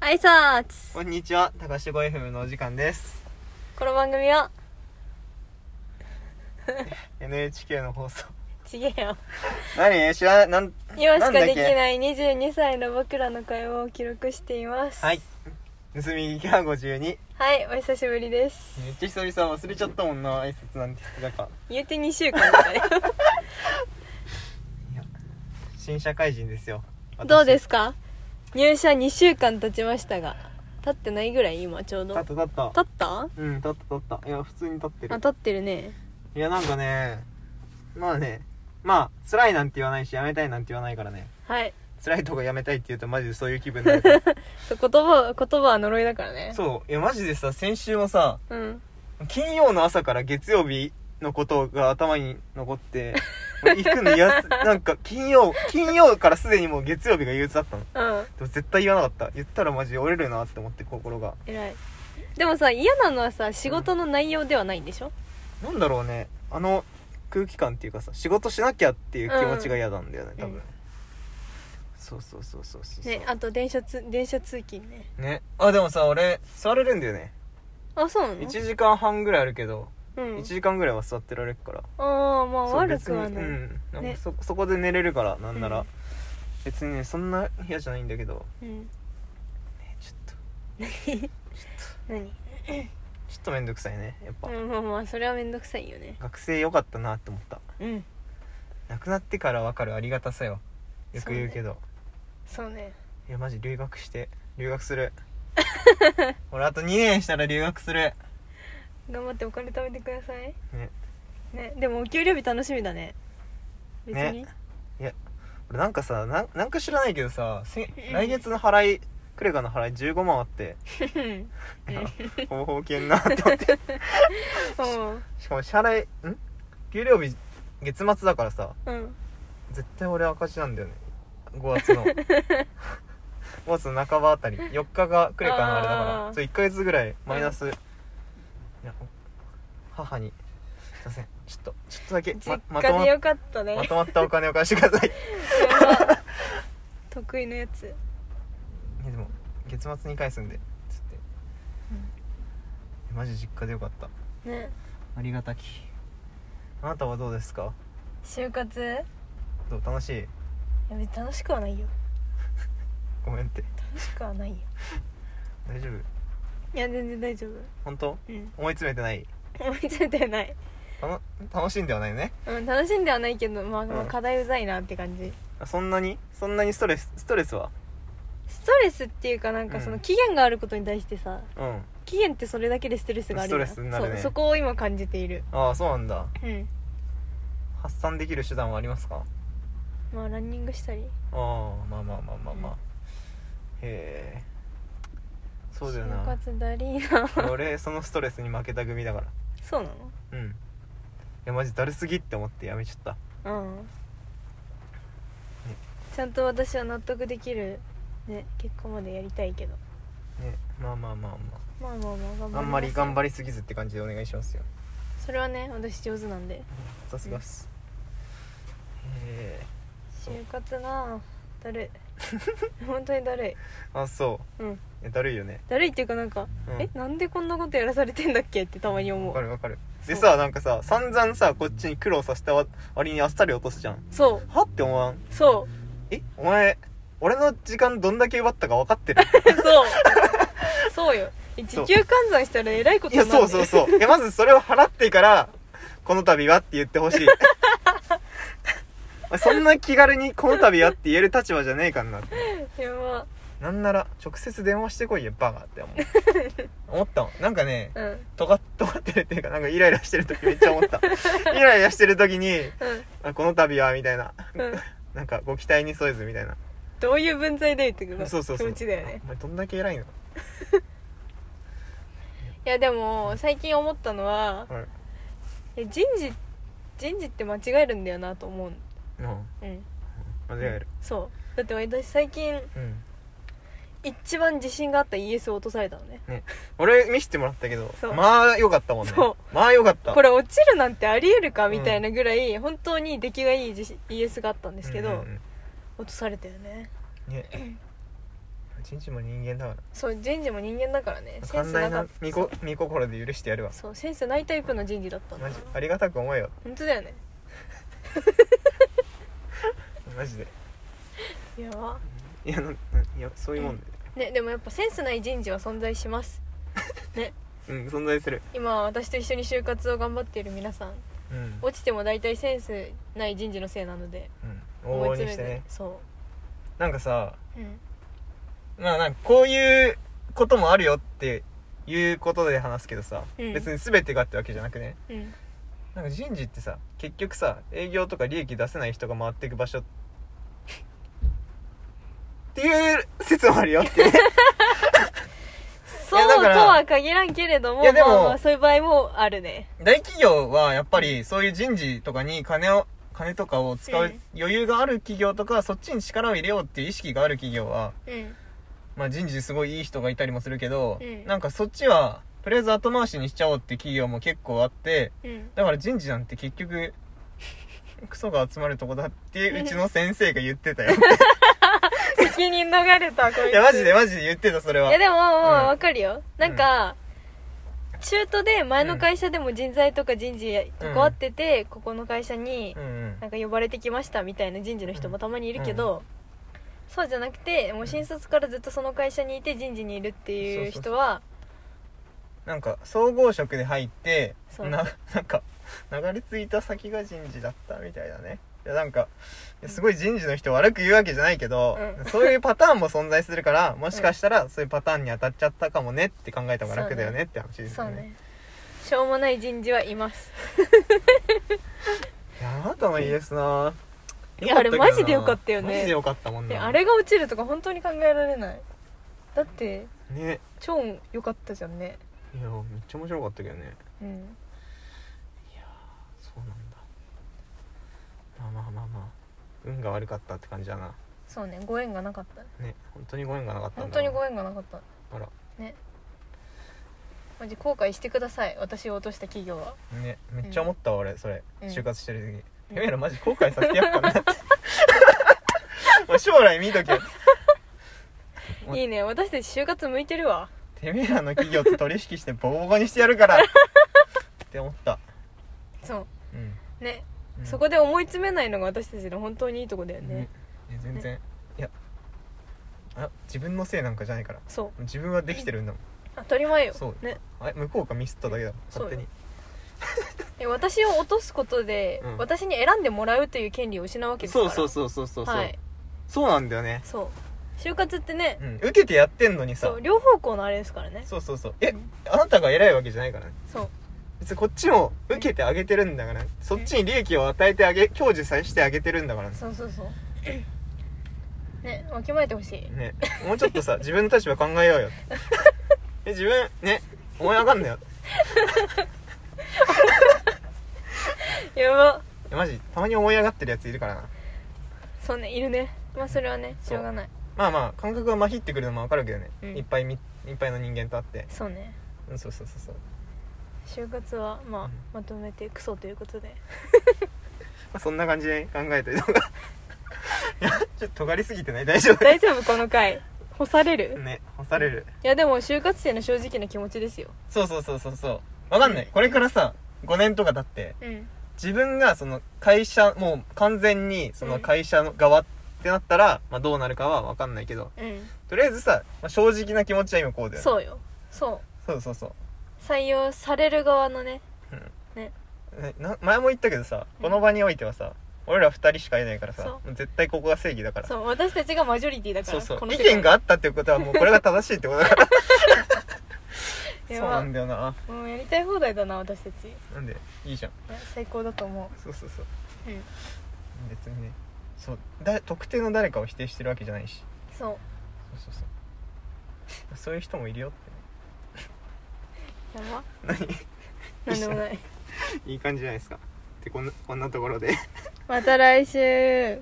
挨拶こんにちは、高志 5FM のお時間です。この番組は NHK の放送。ちげえ よ何知らなん、今しなかんだっでけきない22歳の僕らの会話を記録していますはい。盗み聞きは52。めっはいお久しぶりですちゃ久々忘れちゃったもんな、挨拶なんて言ってたか。言うて2週間だったよ新社会人ですよ。どうですすか入社2週間経ちましたが経ってないぐらい今ちょうど立経った立った。ったうん、立った立った。いや、普通に立ってある。経ってるねいや、なんかね、まあね、まあ、辛いなんて言わないし、やめたいなんて言わないからね。はい辛いとこやめたいって言うとマジでそういう気分にな るからそう言葉言葉は呪いだからねそういやマジでさ先週もさうん金曜の朝から月曜日のことが頭に残って俺行くのや すなんか金曜金曜からすでにもう月曜日が憂鬱だったのうんでも絶対言わなかった言ったらマジ折れるなって思って心が偉いでもさ嫌なのはさ仕事の内容ではないんでしょなんだろうねあの空気感っていうかさ仕事しなきゃっていう気持ちが嫌なんだよね、うん多分、うんそうそうそうそうそうそうねあと電車つ電車通勤ねねあでもさ俺座れるんだよねあそうなの1時間半ぐらいあるけど、うん1時間ぐらいは座ってられるからああまあそう悪くはな別い、にうんなんかねそそこで寝れるからなんなら、うん別にねそんな部屋じゃないんだけど、うんねちょっと何ちょっとめんどくさいねやっぱ、うんまあまあそれはめんどくさいよね学生良かったなって思ったうん亡くなってから分かるありがたさよよく言うけどそうねいやマジ留学して留学す る俺あと2年したら留学する頑張ってお金貯めてくださいねねでもお給料日楽しみだね別に、ね俺なんかさなんなんか知らないけどさせうん来月の払いクレカの払い15万あって いやほぼほぼ消えんなって思ってうん しかも支払いん給料日月末だからさうん絶対俺赤字なんだよね5 月の5月の半ばあたり4日がクレカのあれだかあらーそう1ヶ月ぐらいマイナス、いや母に「すいませんちょっとちょっとだけ実ままと家までよかったね、まとまったお金を返してください」いやば 得意のやつやでも月末に返すんでつって、マジ実家でよかったねありがたきあなたはどうですか就活いやどう楽しい別に楽しくはないよごめんって楽しくはないよ大丈夫いや全然大丈夫本当うん 思い詰めてない思いついてないたの楽しんではないねうん楽しんではないけどまあ、まあ、うん課題うざいなって感じ、あそんなにそんなにストレスストレスはストレスっていうかなんかそうのん期限があることに対してさうん期限ってそれだけでストレスがあるじゃんストレスになるねそうそこを今感じているああそうなんだうん発散できる手段はありますかまあランニングしたりああまあまあまあまあまあ、うんへえそうだよ就な活だりーな 俺そのストレスに負けた組だかそうならうんいやマジだるすぎって思ってやめちゃったのうんちゃんと私は納得できるね結婚までやりたいけどねまあまあまあまあまあまあ頑張りまああんまり頑張りりすぎずって感じでお願いしますよそれはね私上手なんでさすがっすへえ就活なあだる い本当にだるいあそうんういやだるいよねだるいっていうかなんか、うんえなんでこんなことやらされてんだっけってたまに思わかうるわかるそうでさなんかさ散々さこっちに苦労させたわ割にあっさり落とすじゃんそうはって思わんそうえお前俺の時間どんだけ奪ったか分 かってるそう。そうよ。え時そう給換算したらえらいこといになやる。そうそうそういやまずそれを払ってからこの度はって言って ほしいそんな気軽にこの度はって言える立場じゃねえかなってう。 やば。なんなら直接電話してこいよバカっ て思う思ったもんなんかねうん。うん。尖っ尖ってるっていうかなんかイライラしてる時めっちゃ思 ったイライラしてる時にあこの度はみたいなうん。なんかご期待に添えずみたいなどういう分際で言ってくるそうそうそう気持ちだよね。お前どんだけ偉いの、いやでも、最近思ったのは、はいえ人事、人事って間違えるんだよなと思う。うん、うん。間違えるそう。だって私最近、うん一番自信があった ES を落とされたのね。俺見せてもらったけどそうまあ良かったもんねそまあ良かったこれ落ちるなんてありえるかうんみたいなぐらい、本当に出来がいい自信 ES があったんですけど、うんうん落とされたよね。うんね一日も人間だかそう人事も人間だからねらセンスな寛大かなった見こ見心で許してやるわそうセンスないタイプの人事だったんだマジありがたく思えよ本当だよねマジでやばいやないやそういうもんでねでもやっぱセンスない人事は存在しますうん存在する今私と一緒に就活を頑張っている皆さんうん、落ちても大体センスない人事のせいなのでうん、往々に思いし詰てめねそなんかさううんまあなんかこういうこともあるよっていうことで話すけどさ、うん別に全てがってわけじゃなくねうんなんか人事ってさ結局さ営業とか利益出せない人が回っていく場所っていう説もあるよ ってねそうとだからは限らんけれどもいやでもまあまあそういう場合もあるね大企業はやっぱりそういう人事とかに金を金とかを使ううん余裕がある企業とかそっちに力を入れようっていう意識がある企業は、うんまあ、人事すごいいい人がいたりもするけど、うんなんかそっちはとりあえず後回しにしちゃおうっていう企業も結構あってうんだから人事なんて結局クソが集まるとこだってうちの先生が言ってたよ責任逃れたこいついやマジでマジで言ってたそれはいやでもまあうんわかるよ、なんか中途で前の会社でも人材とか人事関わってて、ここの会社にうんうんなんか呼ばれてきましたみたいな人事の人もたまにいるけど、そうじゃなくてもう新卒からずっとその会社にいて人事にいるっていう人はなんか総合職で入ってそうな なんか流れ着いた先が人事だったみたいだねいやなんかいやすごい人事の人を悪く言うわけじゃないけど、うんそういうパターンも存在するからもしかしたらそういうパターンに当たっちゃったかもねって考えた方が楽だよねって話ですそうよねねしょうもない人事はいますいやあなたのイエスなぁいやあれマジでよかったよねマジでよかったもんでなあれが落ちるとか本当に考えられないだってね超良かったじゃんねいやめっちゃ面白かったけどねうんそうなんだまあまあまあまあ運が悪かったって感じだなそうねご縁がなかったね本当にご縁がなかった本んだ当になご縁がなかったあらねマジ後悔してください私を落とした企業はねめっちゃ思ったわ俺それ、うん就活してる時、うんやめろマジ後悔させてやっかなって おい将来見とけおいいね私たち就活向いてるわてめえらの企業と取引してボコボコにしてやるからって思ったそうん、うね、うんそこで思い詰めないのが私たちの本当にいいとこだよね、ねいや全然、いやあ自分のせいなんかじゃないからそう自分はできてるんだもん当たり前よそうねあれ向こうがミスっただけだもんそうよ勝手にで私を落とすことで、うん私に選んでもらうという権利を失うわけですからうそうそうそうはいそうなんだよね、そう就活ってね、うん、受けてやってんのにさそう両方向のあれですからねそうそうそうえうんあなたが偉いわけじゃないからねそう別にこっちも受けてあげてるんだからねそっちに利益を与えてあげ享受さえしてあげてるんだからねそうそうそう ねわきまえてほしいねもうちょっ とさ自分の立場考えようよえ自分ね思い上がんなよやばいやマジたまに思い上がってるやついるからなそうねいるねまあそれはねしそうょうがないまあまあ感覚がまひってくるのもわかるけどね、うんいっぱいみいっぱいの人間と会ってそうねうんそうそうそうそう、就活はまあうんまとめてクソということでまあ、そんな感じで考えたりとか いやちょっと尖りすぎてない大 丈夫大丈夫この 回干される、ね干されるいやでも就活生の正直な気持ちですよそうそうそうそうそうわかんないこれからさ5年とか経ってうん自分がその会社もう完全にその会社の側ってなったら、まあ、どうなるかはわかんないけどうとりあえずさ、まあ、正直な気持ちは今こうだんよねそうよそうそうそうそう採用される側のねねな前も言ったけどさこの場においてはさ、俺ら2人しかいないからさそうもう絶対ここが正義だからそう私たちがマジョリティだかそらうそうこの意世界見があったっていうことはもうこれが正しいっ てことだからそうやなばんだよなもうやりたい放題だな私たちいなんでいいじゃんや最高だと思そうそうそうううん別にねそうだ特定の誰かを否定してるわけじゃないしそそうそうそう そういう人もいるよってねうやば何なんでもないいい感じじゃないですかでこんなこんなところでまた来週